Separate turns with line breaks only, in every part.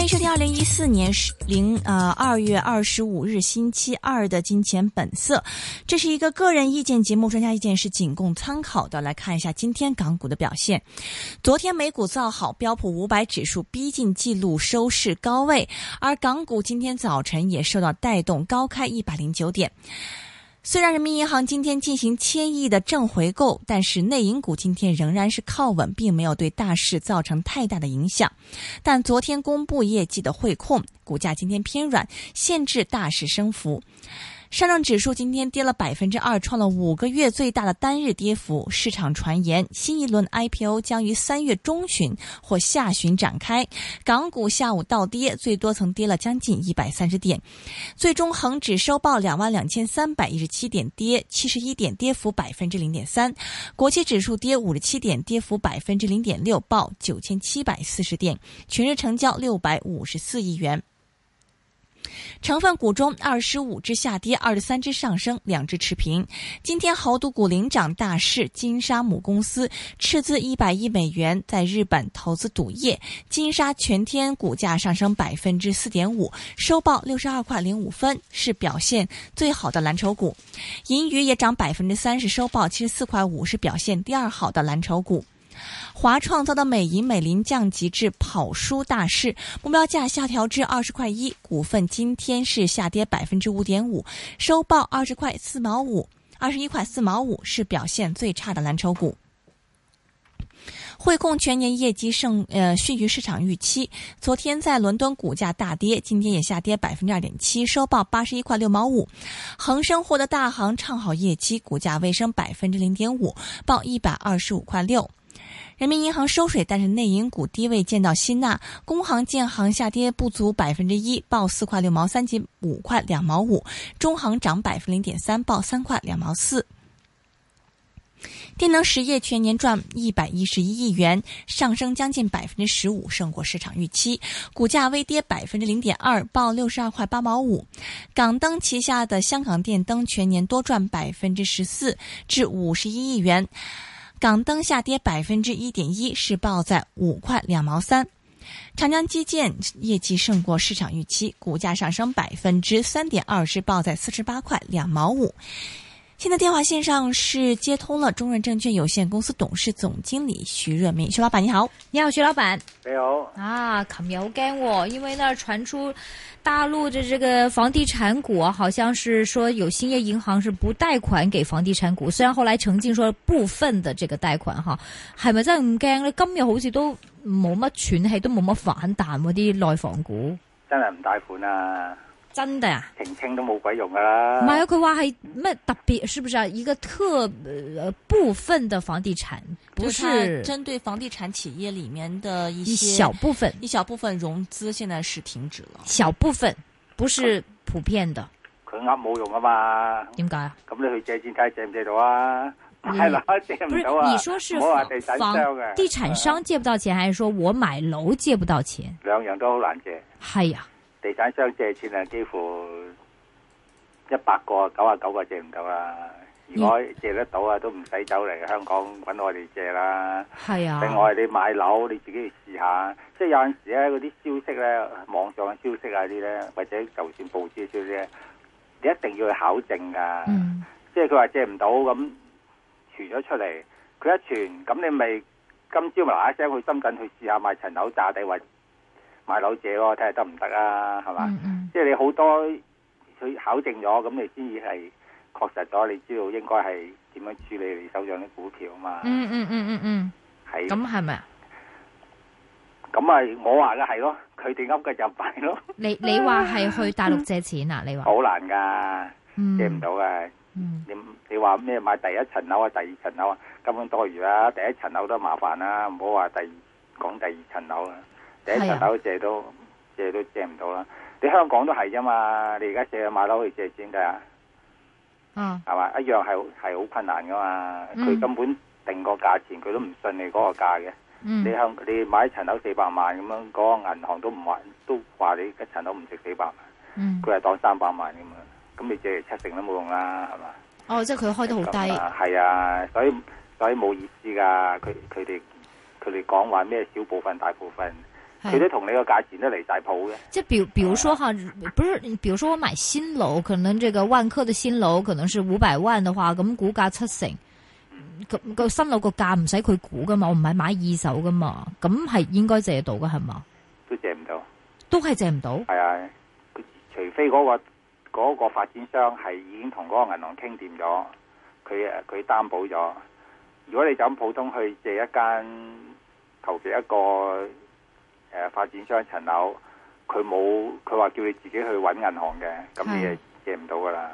迎收听二零一四年十零呃二月二十五日星期二的《金钱本色》，这是一个个人意见节目，专家意见是仅供参考的。来看一下今天港股的表现。昨天美股造好，标普五百指数逼近纪录收市高位，而港股今天早晨也受到带动，高开一百零九点。虽然人民银行今天进行千亿的正回购，但是内银股今天仍然是靠稳，并没有对大市造成太大的影响。但昨天公布业绩的汇控股价今天偏软，限制大市升幅。上证指数今天跌了百分之二，创了五个月最大的单日跌幅。市场传言新一轮 IPO 将于三月中旬或下旬展开。港股下午倒跌，最多曾跌了将近一百三十点，最终恒指收报两万两千三百一十七点，跌七十一点，跌幅百分之零点三。国际指数跌五十七点，跌幅百分之零点六，报九千七百四十点。全日成交六百五十四亿元。成分股中，二十五只下跌，二十三只上升，两只持平。今天豪赌股领涨大市，金沙母公司斥资一百亿美元在日本投资赌业，金沙全天股价上升百分之四点五，收报六十二块零五分，是表现最好的蓝筹股。银娱也涨百分之三十，收报七十四块五，是表现第二好的蓝筹股。华创遭到美银美林降级至跑输大市，目标价下调至二十块一，股份今天是下跌百分之五点五，收报二十块四毛五，二十一块四毛五是表现最差的蓝筹股。汇控全年业绩胜呃逊于市场预期，昨天在伦敦股价大跌，今天也下跌百分之二点七，收报八十一块六毛五。恒生获得大行唱好业绩，股价微升百分之零点五，报一百二十五块六。人民银行收水，但是内银股低位见到吸纳，工行、建行下跌不足百分之一，报四块六毛三及五块两毛五；中行涨百分零点三，报三块两毛四。电能实业全年赚一百一十一亿元，上升将近百分之十五，胜过市场预期，股价微跌百分之零点二，报六十二块八毛五。港灯旗下的香港电灯全年多赚百分之十四，至五十一亿元。港灯下跌百分之一点一，是报在五块两毛三。长江基建业绩胜过市场预期，股价上升百分之三点二，是报在四十八块两毛五。现在电话线上是接通了中润证券有限公司董事总经理徐润明，徐老板你好。
你好，徐老板
你好，
啊，琴日好惊、哦，因为呢传出大陆的这个房地产股啊，好像是说有兴业银行是不贷款给房地产股，虽然后来澄清说部分的这个贷款哈，係咪真係咁驚咧？今日好似都冇乜喘氣，都冇乜反彈嗰啲內房股，
真系唔大款啊！
真的啊？
澄清都冇鬼用噶
唔
啦。
係啊，佢話係咩特別？是不是啊？一個特呃部分的房地產，不
就是它
是
针对房地产企业里面的一
一
些
小部分，
一小部分融资，现在是停止了。
小部分不是普遍的，
佢呃冇用啊嘛，
點解啊？
咁你去借錢睇下借唔借到啊？
嗯
係啦，借
不
唔
是
到啊！
你说是
唔好話
房
地產商
房
嘅
地產商借不到錢，還是說我買樓借不到錢？
兩樣都好難借，
係呀，
地產商借錢啊，幾乎一百個九啊九個借唔到啦。如果借得到啊，都唔使走嚟香港揾我哋借啦。
係呀，
另外你買樓你自己去試下，即係有陣時咧嗰啲消息咧，網上嘅消息啊啲咧，或者就算報紙嘅消息咧，你一定要去考證噶。
嗯，
即係佢話借唔到咁傳咗出嚟，佢一傳咁你咪今朝咪嗱嗱聲去深圳去試下買層樓炸地或買樓借咯，睇下得唔得啊？係嘛？
嗯嗯
即係你好多佢考證咗，咁你先至係確實咗，你知道應該係點樣處理你手上啲股票啊嘛。
嗯嗯嗯嗯
係
嗯，咁係咪啊？
咁咪我話嘅係咯，佢哋噏嘅就唔係 咯，
你你話係去大陸借錢啊？你話
好難㗎，借唔
嗯
到㗎。
嗯
你你話咩買第一層樓啊，第二層樓啊，根本多餘啦。第一層樓都麻煩啦，唔好話第二講第二層樓啦。第一層樓借都借都借唔到啦。你香港都係啫嘛，你而家借買樓去借錢㗎，
啊
係嘛？一樣係係好困難噶嘛。
嗯
佢根本定個價錢，佢都唔信你嗰個價嘅。
嗯
你香你買一層樓四百萬咁樣，嗰、個銀行都唔還，都話你一層樓唔值四百萬，
嗯，
佢係當三百萬咁樣。咁你借七成都冇用啦，係嘛？
哦，即係佢開得好低，
系啊，所以所以冇意思噶。佢佢哋佢哋講話咩小部分大部分，佢都同你個價錢都離晒譜嘅。
就比比如说哈，不是，比如说我买新楼，可能这个万科的新楼可能是五百万的话，咁股价七成，咁個新樓個價唔使佢估噶嘛，我唔係買二手噶嘛，咁係應該借到噶係嘛？
都借唔到。
都係借唔到，
係啊，佢除非嗰、個嗰、個發展商係已經同嗰個銀行傾掂咗，佢誒佢擔保咗。如果你就咁普通去借一間求其一個誒、呃、發展商層樓，佢冇佢話叫你自己去揾銀行嘅，咁你
係
係借唔到噶啦。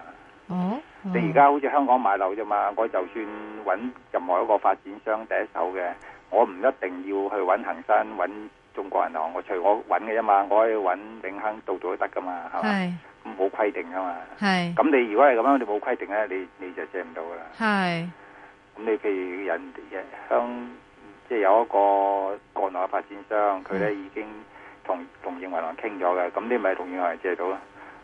哦，
你而家好似香港買樓啫嘛，我就算揾任何一個發展商第一手嘅，我唔一定要去揾恒生、揾中國銀行，我隨我揾嘅啫嘛，我可以揾永亨到度都得噶嘛，係嘛？
係
咁冇規定噶嘛。
係
咁你如果係咁樣，你冇規定咧，你你就借唔到噶啦。
係
咁你譬如人人香，即係有一個國內嘅發展商，佢咧已經同同業銀行傾咗嘅，咁你咪同業銀行借到啦。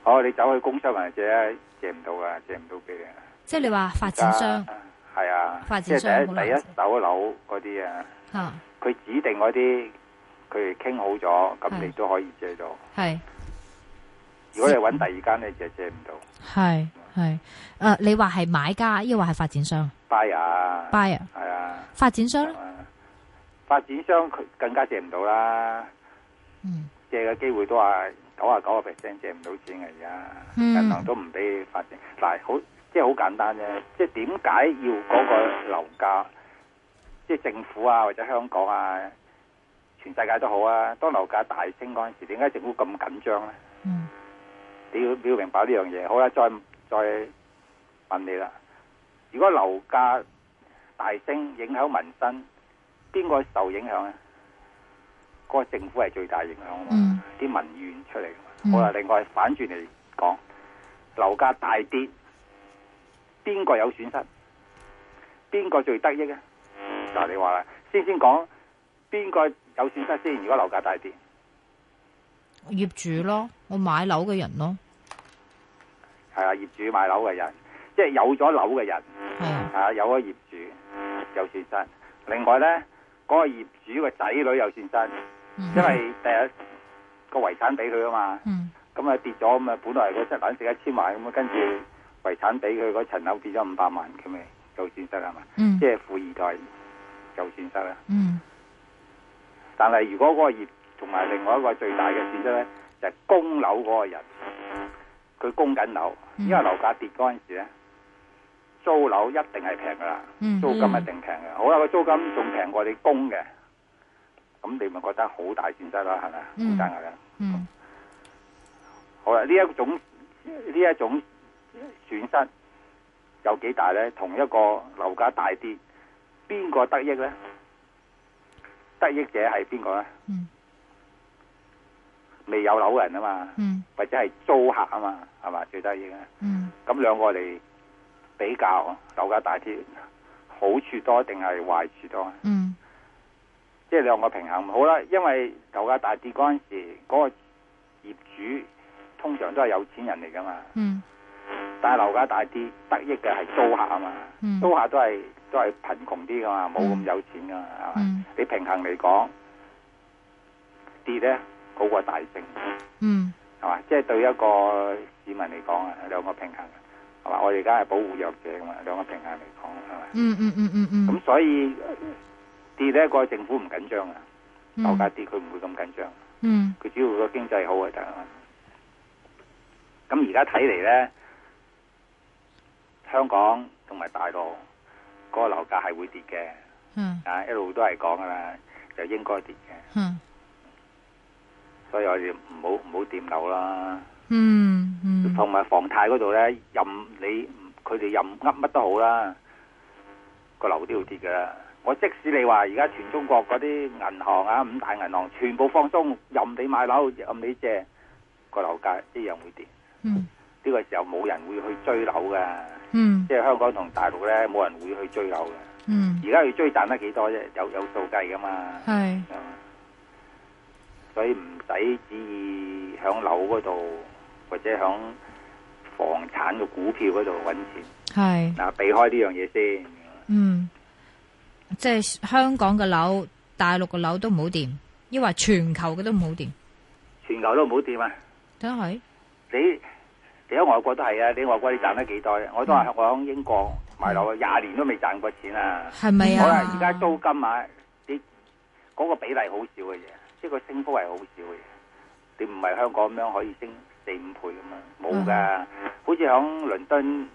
哦，你走去工商銀行借咧，借唔到噶，借唔到俾你啊。
即係你話發展商
係啊，
發
即
展商好
係第一
難
第一手樓嗰啲啊，
嚇
佢指定嗰啲，佢哋傾好咗，咁你
係
都可以借到。
係
如果你揾第二間，你就借唔到。
係係誒，呃你話係買家，抑或係發展商
buy 啊，
buyer？
係啊，
發展商咧，
啊發展商佢更加借唔到啦，
嗯
借嘅機會都話九啊九個 percent 借唔到錢嘅而家，
嗯
銀行都唔俾發展。嗱，好即係好簡單啫，即係點解要嗰個樓價？即係政府啊，或者香港啊，全世界都好啊。當樓價大升嗰陣時，點解政府咁緊張咧？
嗯
你要你要明白呢樣嘢。好啦，再再問你啦，如果樓價大升影響民生，邊個受影響咧？嗰、個政府係最大影響啊嘛
嗯，
啲、民怨出嚟㗎嘛。
嗯
好啦，另外反轉嚟講，樓價大跌，邊個有損失？邊個最得益啊？嗱，你話啦，先先講邊個有損失先？如果樓價大跌，
業主咯，我買樓嘅人咯，
係啊，業主買樓嘅人，即係有咗樓嘅人。
係啊
啊，有咗業主有損失，另外呢，嗰、個業主個仔女有損失，
嗯
因為第日個遺產俾佢啊嘛，
嗯
咁啊跌咗咁啊，本來嗰層樓值一千萬咁啊，跟住遺產俾佢嗰層樓跌咗五百萬，咁咪有損失啊嘛，
嗯
即係富二代有損失啦。
嗯
但係如果嗰個業同埋另外一個最大嘅損失呢，就係、供樓嗰個人，佢供緊樓，
嗯
因為樓價跌嗰陣時咧，租樓一定係平噶啦。
嗯
租金一定平嘅，好啦，個租金仲平過你供嘅，咁你咪覺得好大損失啦，係咪啊？好
嗯
大壓力。
嗯
好啦，呢一種呢一種損失有幾大咧？同一個樓價大跌，邊個得益咧？得益者係邊個咧？
嗯
未有樓嘅人啊嘛，
嗯
或者係租客啊嘛，係嘛最得益啊？
嗯
咁兩個嚟比較，樓價大跌好處多定係壞處多啊？
嗯
即係兩個平衡好啦，因為樓價大跌嗰陣時，嗰、個業主通常都係有錢人嚟噶嘛，
嗯
但係樓價大跌得益嘅係租客啊嘛，
嗯
租客都係都係貧窮啲噶嘛，冇咁
嗯
有錢噶嘛，係嘛？
嗯
你平衡嚟講，跌咧好過大升，
嗯
係嘛？即係對一個市民嚟講啊，兩個平衡係嘛？我哋而家係保護弱者噶嘛，兩個平衡嚟講係嘛？
嗯嗯嗯嗯
咁、所以跌咧個政府唔緊張啊，
嗯，
樓價跌佢唔會咁緊張。
嗯
佢只要個經濟好就得啦。咁而家睇嚟呢，香港同埋大陸嗰個樓價係會跌嘅，
嗯
啊一路都係講噶啦，就應該跌嘅，
嗯
所以我哋唔好唔好掂樓啦。
嗯嗯
同埋房貸嗰度呢，任你佢哋任噏乜都好啦，個樓都要跌噶啦。我即使你話而家全中國嗰啲銀行啊，五大銀行全部放鬆，任你買樓，任你借，個樓價一樣會跌。
嗯
呢個時候冇人會去追樓嘅，
嗯
即係香港同大陸呢，冇人會去追樓嘅。
嗯
而家要追賺得幾多啫？有有數計噶嘛，
係
所以唔使旨意響樓嗰度或者響房產嘅股票嗰度揾錢。
係。
嗱，避開呢樣嘢先。
嗯，即系香港嘅楼、大陆嘅楼都唔好掂，因抑或全球嘅都唔好掂？
全球都唔好掂啊！
都係
你你喺外國都係啊，你外國你賺得幾多啫？我都係我喺英國買樓廿年都未賺過錢啊！
係咪
好啦，而
啊？
家租金啊，你嗰個比例好少嘅嘢，即係個升幅係好少嘅嘢。你唔係香港咁樣可以升四五倍咁嘛，冇㗎。好似響倫敦，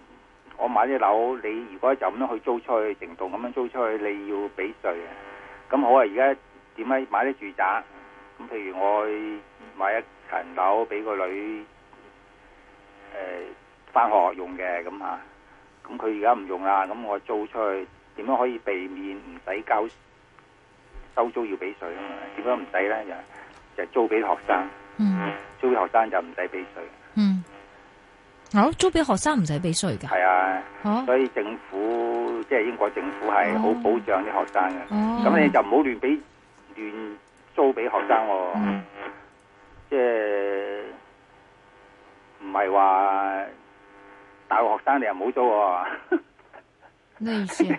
我買啲樓，你如果就咁樣去租出去，成棟咁樣租出去，你要俾税啊。咁好啊，而家點解買啲住宅？咁譬如我買一層樓俾個女誒翻、學用嘅咁嚇，咁佢而家唔用啦，咁我租出去。點樣可以避免唔使交收租要俾税啊嘛？點樣唔使咧？就就租俾學生，
嗯
租俾學生就唔使俾税。
嗯，好租俾學生唔使俾税㗎。
係啊，
哦
所以政府即係英國政府係好
哦
保障啲學生嘅。
哦，
咁你就唔好亂俾亂租俾學生喎、
嗯
即係唔係話大學學生你又唔好租喎、
咩意思啊？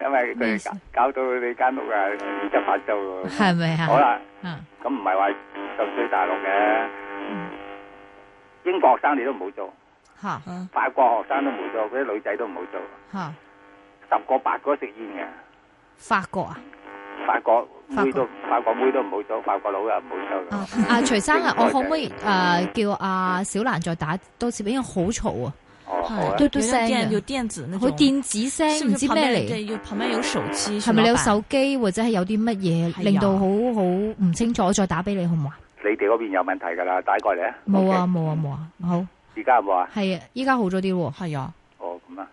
因為
咩意
佢
思
搞搞到你間屋啊亂七八糟喎。
係咪啊？
好啦。
啊，
咁唔係話就追大陸嘅，
嗯
英國學生你都唔好做，
吓
嗯
法國學生都唔好做，嗰啲女仔都唔好做，
吓，
十個八個都食煙
法國啊？
嘅，法國妹
法
都法國妹都唔好做，法國佬又唔好做。
啊，阿徐 生啊，我可唔可以誒叫阿小蘭再打多次俾？因為好嘈啊，
哦，好
哎
啊，
嘟嘟
有
聲
点电有
嘅，
电子那
好
種
電子
是
聲，唔
不是
知
旁
咩
边
嚟？
对，有旁边有手机，
係咪你有
老闆
手機或者係有啲乜嘢
係啊
令到好好唔清楚？再打俾你好唔好啊？
你哋嗰邊有問題㗎啦，打過嚟啊。
冇啊
OK，
冇啊冇啊，好
而家有冇啊？
係啊，依家好咗啲喎，
係啊，
哦，咁啊，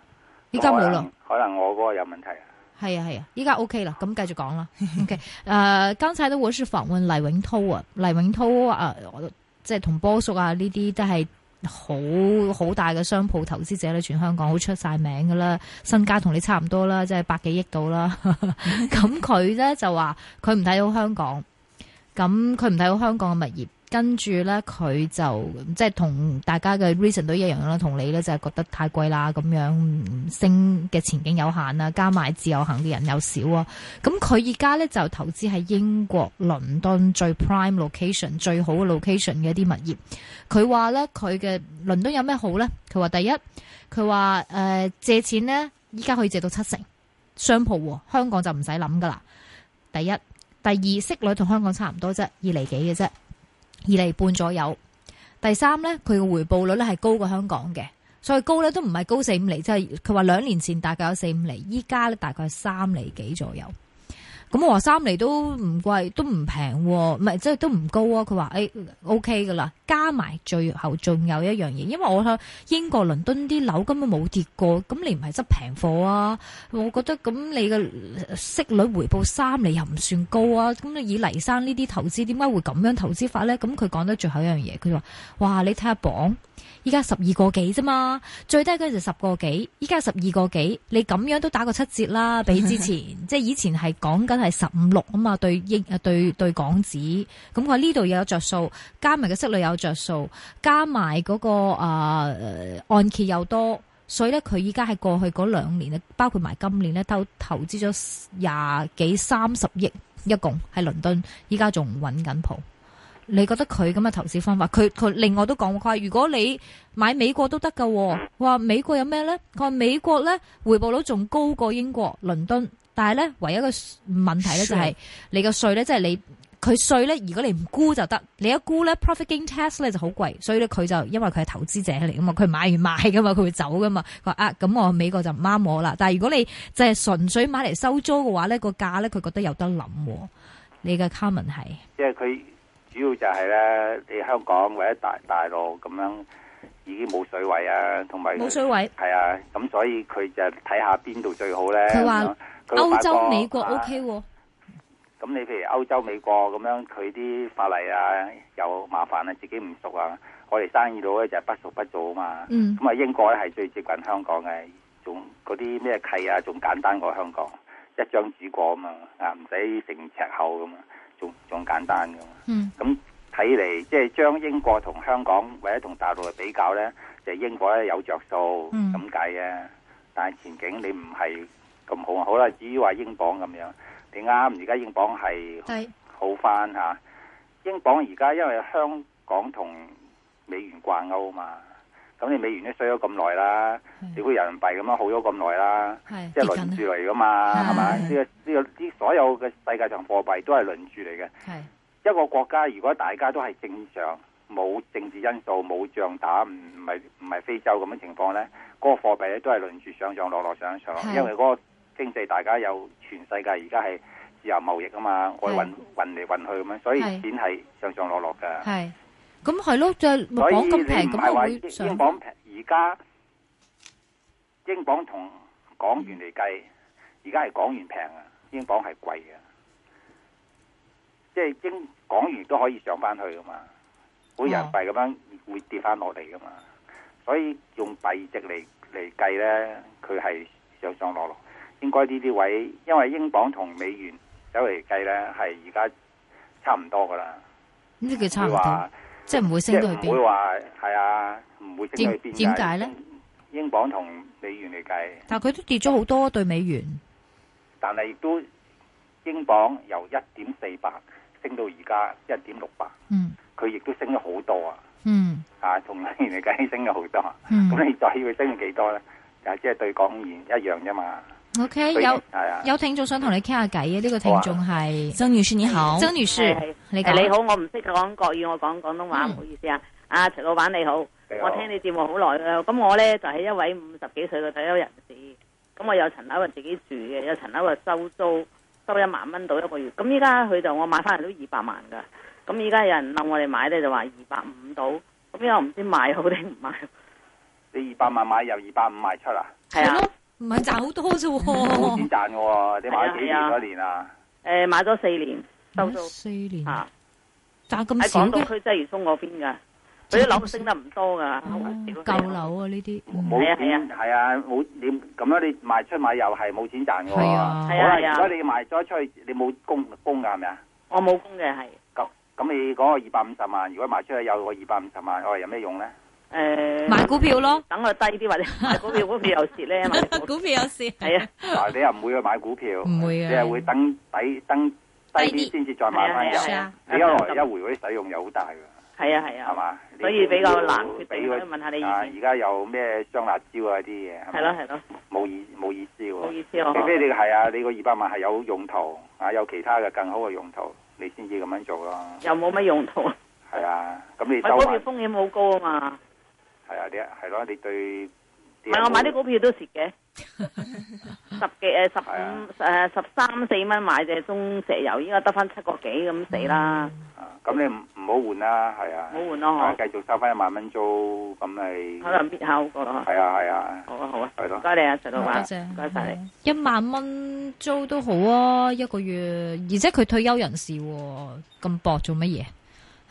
依家冇啦。
可能，可能我嗰個有問題啊。
係啊係啊，依家 OK 啦，咁繼續講啦。OK，誒、剛呃才呢，我是訪問黎永滔啊，黎永滔啊，呃我即係同波叔啊呢啲都係好好大嘅商鋪投資者咧，全香港好出晒名噶啦，身家同你差唔多啦，即係百幾億到啦。 咁佢咧就話佢唔睇好香港，咁佢唔睇好香港嘅物業。跟住咧，佢就即係同大家嘅 reason 都一樣啦，同你咧就係覺得太貴啦，咁樣嗯升嘅前景有限啦，加埋自由行嘅人又少啊。咁佢而家咧就投資喺英國倫敦最 prime location 最好嘅 location 嘅一啲物業。佢話咧佢嘅倫敦有咩好咧？佢話第一，佢話誒借錢咧，依家可以借到七成商鋪喎，香港就唔使諗噶啦。第一，第二息率同香港差唔多啫，二厘幾嘅啫。二厘半左右。第三呢，佢嘅回報率咧係高過香港嘅，所以高呢都唔係高四五厘，即係佢話兩年前大概有四五厘，依家咧大概係三厘幾左右。咁我話三厘都唔貴，都唔平喎，唔係即係都唔高啊。佢話誒 O K 噶啦，加埋最後仲有一樣嘢，因為我喺英國倫敦啲樓根本冇跌過，咁你唔係執平貨啊？我覺得咁你嘅息率回報三厘又唔算高啊，咁你以黎生呢啲投資點解會咁樣投資法呢？咁佢講得最後一樣嘢，佢就話：哇，你睇下磅，依家十二個幾啫嘛，最低嗰陣時十個幾，依家十二個幾，你咁樣都打個七折啦，比之前即係以前係講緊係十五六啊嘛，對英啊對對港紙，咁佢話呢度又有着數，加埋嘅息率有着數，加埋嗰、個啊、呃按揭又多。所以咧，佢依家喺過去嗰兩年咧，包括埋今年咧，都投資咗廿幾三十億，一共喺倫敦，依家仲揾緊鋪。你覺得佢咁嘅投資方法，佢佢另外都講過，佢話如果你買美國都得㗎喎，佢話美國有咩呢？佢話美國呢回報率仲高過英國倫敦，但係呢，唯一一個問題呢，就係你個税呢，即係你佢税呢，如果你唔沽就得，你一沽呢 profit gain tax 呢就好貴，所以呢，佢就因為佢係投資者嚟㗎嘛，佢買完賣㗎嘛，佢會走㗎嘛，佢話啊咁我美國就唔啱我啦，但係如果你就係純粹買嚟收租嘅話呢，個價呢，佢覺得有得諗喎。你嘅 comment 係
即係佢主要就係咧，你香港或者大大陸咁樣已經冇水位啊，同埋
冇水位。
係啊，咁所以佢就睇下邊度最好咧。
佢話
咁樣佢
歐
發
洲、
覺
美國
啊
OK 喎，
咁你譬如歐洲、美國咁樣，佢啲法例啊又麻煩啊，自己唔熟啊。我哋生意佬咧就係不熟不做啊嘛。
嗯
咁啊，英國咧係最接近香港嘅，仲嗰啲咩契啊，仲簡單過香港，一張紙過啊嘛，啊唔使成尺厚咁嘛，啊仲仲簡單噶嘛。
嗯
咁睇嚟，即係將英國同香港或者同大陸去比較咧，就英國咧有着數
嗯
咁解嘅，但係前景你唔係咁好啊。好啦，至於話英鎊咁樣，你啱，而家英鎊係
低
好翻吓、英鎊而家因為香港同美元掛鈎啊嘛，咁你美元都衰咗咁耐啦，你估人民幣咁樣好咗咁耐啦，
係
即係
嗯跌緊
輪
啊
住嚟噶嘛，係咪？
係
呢、個呢、個呢所有嘅世界上貨幣都係輪住嚟嘅。
係
一個國家如果大家都係正常，冇政治因素，冇仗打，唔唔係唔係非洲咁嘅情況呢，嗰、個貨幣咧都係輪住上上落落上上落落，
係
因為嗰個經濟大家有全世界而家係自由貿易啊嘛，我
係
運運嚟運去咁樣，所以
係
錢係上上落落㗎。
係，咁係咯，就係
所以
講
你
咁
唔
平，
係
咁
話
我
英
會上
英鎊平，而家英鎊同港元嚟計，而家係港元平啊，英鎊係貴嘅，即係英港元都可以上翻去噶嘛，好似人民幣咁樣會跌翻落嚟噶嘛，所以用幣值嚟嚟計咧，佢係上上落落，應該呢啲位，因為英鎊同美元走嚟計咧，係而家差唔多噶啦，
呢個差
會
唔
話
多，。即係唔會
即
升到
係
去
唔會
邊。
話係啊，唔會升去邊㗎
點點解呢？
英鎊同美元嚟計，
但係佢都跌咗好多對美元，
但係亦都英鎊由一點四八升到而家一點六八，
嗯
佢亦都升咗好多啊！
嗯
啊，同美元嚟計升咗好多啊，
嗯
咁、你再要佢升幾多咧？啊，即係對港元一樣啫嘛。
，OK，
所以
有
係啊，
有聽眾想同你傾下偈啊，呢個聽眾係
曾女士你好，
曾女士
係，
你
誒你
講
好，我唔識講國語，我講廣東話，
嗯
唔好意思啊。阿徐老闆你好，
你好
我聽你節目好耐啦。咁我呢，就係、一位五十幾歲嘅退休人士，咁我有層樓啊自己住嘅，有層樓啊收租，收一萬蚊到一個月。咁依家佢就我買翻嚟都二百萬㗎。咁依家有人冧我哋買呢，就話二百五到，咁因為我唔知買好定唔買好。
你二百萬買由二百五賣出啊，
係啊，誒、
唔係賺好多啫
冇錢賺嘅喎，你買咗幾
係
年
啊係啊
嗰年啊？
買咗四年收租
四年
啊，
賺嗯咁
喺
少
港島
嘅，
區鰂魚涌嗰邊㗎，佢啲樓升得唔多㗎，好
哦
少
舊樓啊呢啲，嗯
冇
係啊
錢係啊，冇你咁樣你賣出買又係冇錢賺嘅喎。
係啊
係
好
啊
啦，
係啊
如果你賣咗出去，你冇供供㗎係咪啊？
我冇工嘅係。
咁咁你嗰個二百五十萬，如果賣出去有個二百五十萬，我係有咩 用咧？
诶，
買股票咯，
等佢低啲或者買股票，股票又蝕咧，買股
股票有事，
係啊，
嗱，你又唔會去買股票，
唔會啊
你
嘅
係會等底等低
低啲
啲先至再買翻
係啊
入。
係啊
你一來一回嗰啲使用又好大㗎，
係啊係
係
啊，
嘛？
所以比較難決
俾
定，
個
所以問下你意
啊！
見。
而家有咩雙辣椒啊啲嘢，係咪
係咯係咯，
冇意冇意思
唔好
喎。
意思我
除非你係啊，你個二百萬係有用途啊，有其他嘅更好嘅用途，你先至咁樣做咯。
又冇乜用途，
係啊，咁你
買
收
股
埋
票。風險好高啊嘛，
係啊，你係咯，你對
唔係我買啲股票都蝕 嘅，十幾诶十
係啊
五诶十三四蚊買隻中石油，依家得翻七個幾咁死啦，
啊咁你唔唔好換啦，係啊
唔，好換
啊
咯
繼續收翻一萬蚊租，咁咪
嗬，可能搣下好過咯，
係啊係啊，
好啊好啊，
係
唔
咯，
該你啊，徐老
多
闆，
謝，
唔該晒你。
一萬蚊租都好啊，一個月，而且佢退休人士喎咁薄做乜嘢？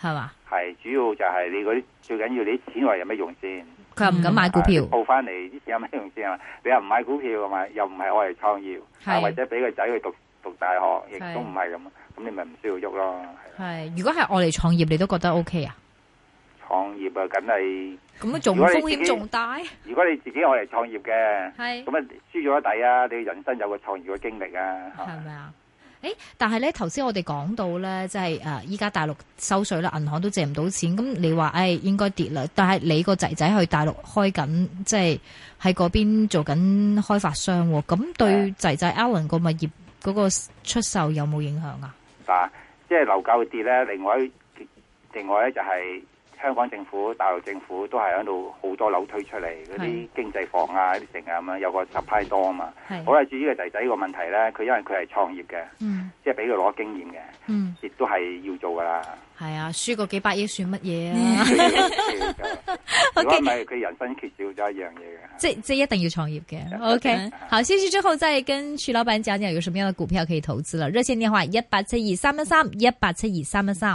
係嘛？
係主要就係你嗰啲最緊要你啲錢話有咩用先？
佢又唔敢買股
啊
票
你，報翻嚟啲錢有咩用先啊？ 你又唔買股票啊嘛，又唔係我嚟創業，啊
係
或者俾個仔去讀讀大學，亦
係
都唔係咁，咁你咪唔需要喐咯。係啊
係如果係我嚟創業，你都覺得 O K 啊？
創業啊，梗係
咁啊，仲
如果你
風
自己
險仲大，
如果你自己我嚟創業嘅，
係
咁啊輸咗底啊，你人生有個創業嘅經歷啊，係咪
係咪啊？誒，但係咧，頭先我哋講到咧，即係誒，依家大陸收水啦，銀行都借唔到錢，咁你話誒、唉應該跌啦。但係你個仔仔去大陸開緊，即係喺嗰邊做緊開發商喎，咁對仔仔 Alan 個物業嗰個出售有冇影響啊？
嗱，即係樓價會跌咧，另外另外咧就係香港政府、大陸政府都係喺度好多樓推出嚟，嗰啲經濟房啊、啲成啊咁樣，有個十派多啊嘛。好
係，
啦，至於個仔仔個問題咧，佢因為佢係創業嘅，
嗯
即係俾佢攞經驗嘅，
嗯，
亦都係要做噶啦。
係啊，輸個幾百億算乜嘢啊？
佢要做㗎如果唔係，佢人生缺少咗一樣嘢 嘅。
即即一定要創業嘅。OK，好，休息之後再跟徐老闆講講有什麼樣的股票可以投資了。熱線電話一八七二三一三一八七二三一三。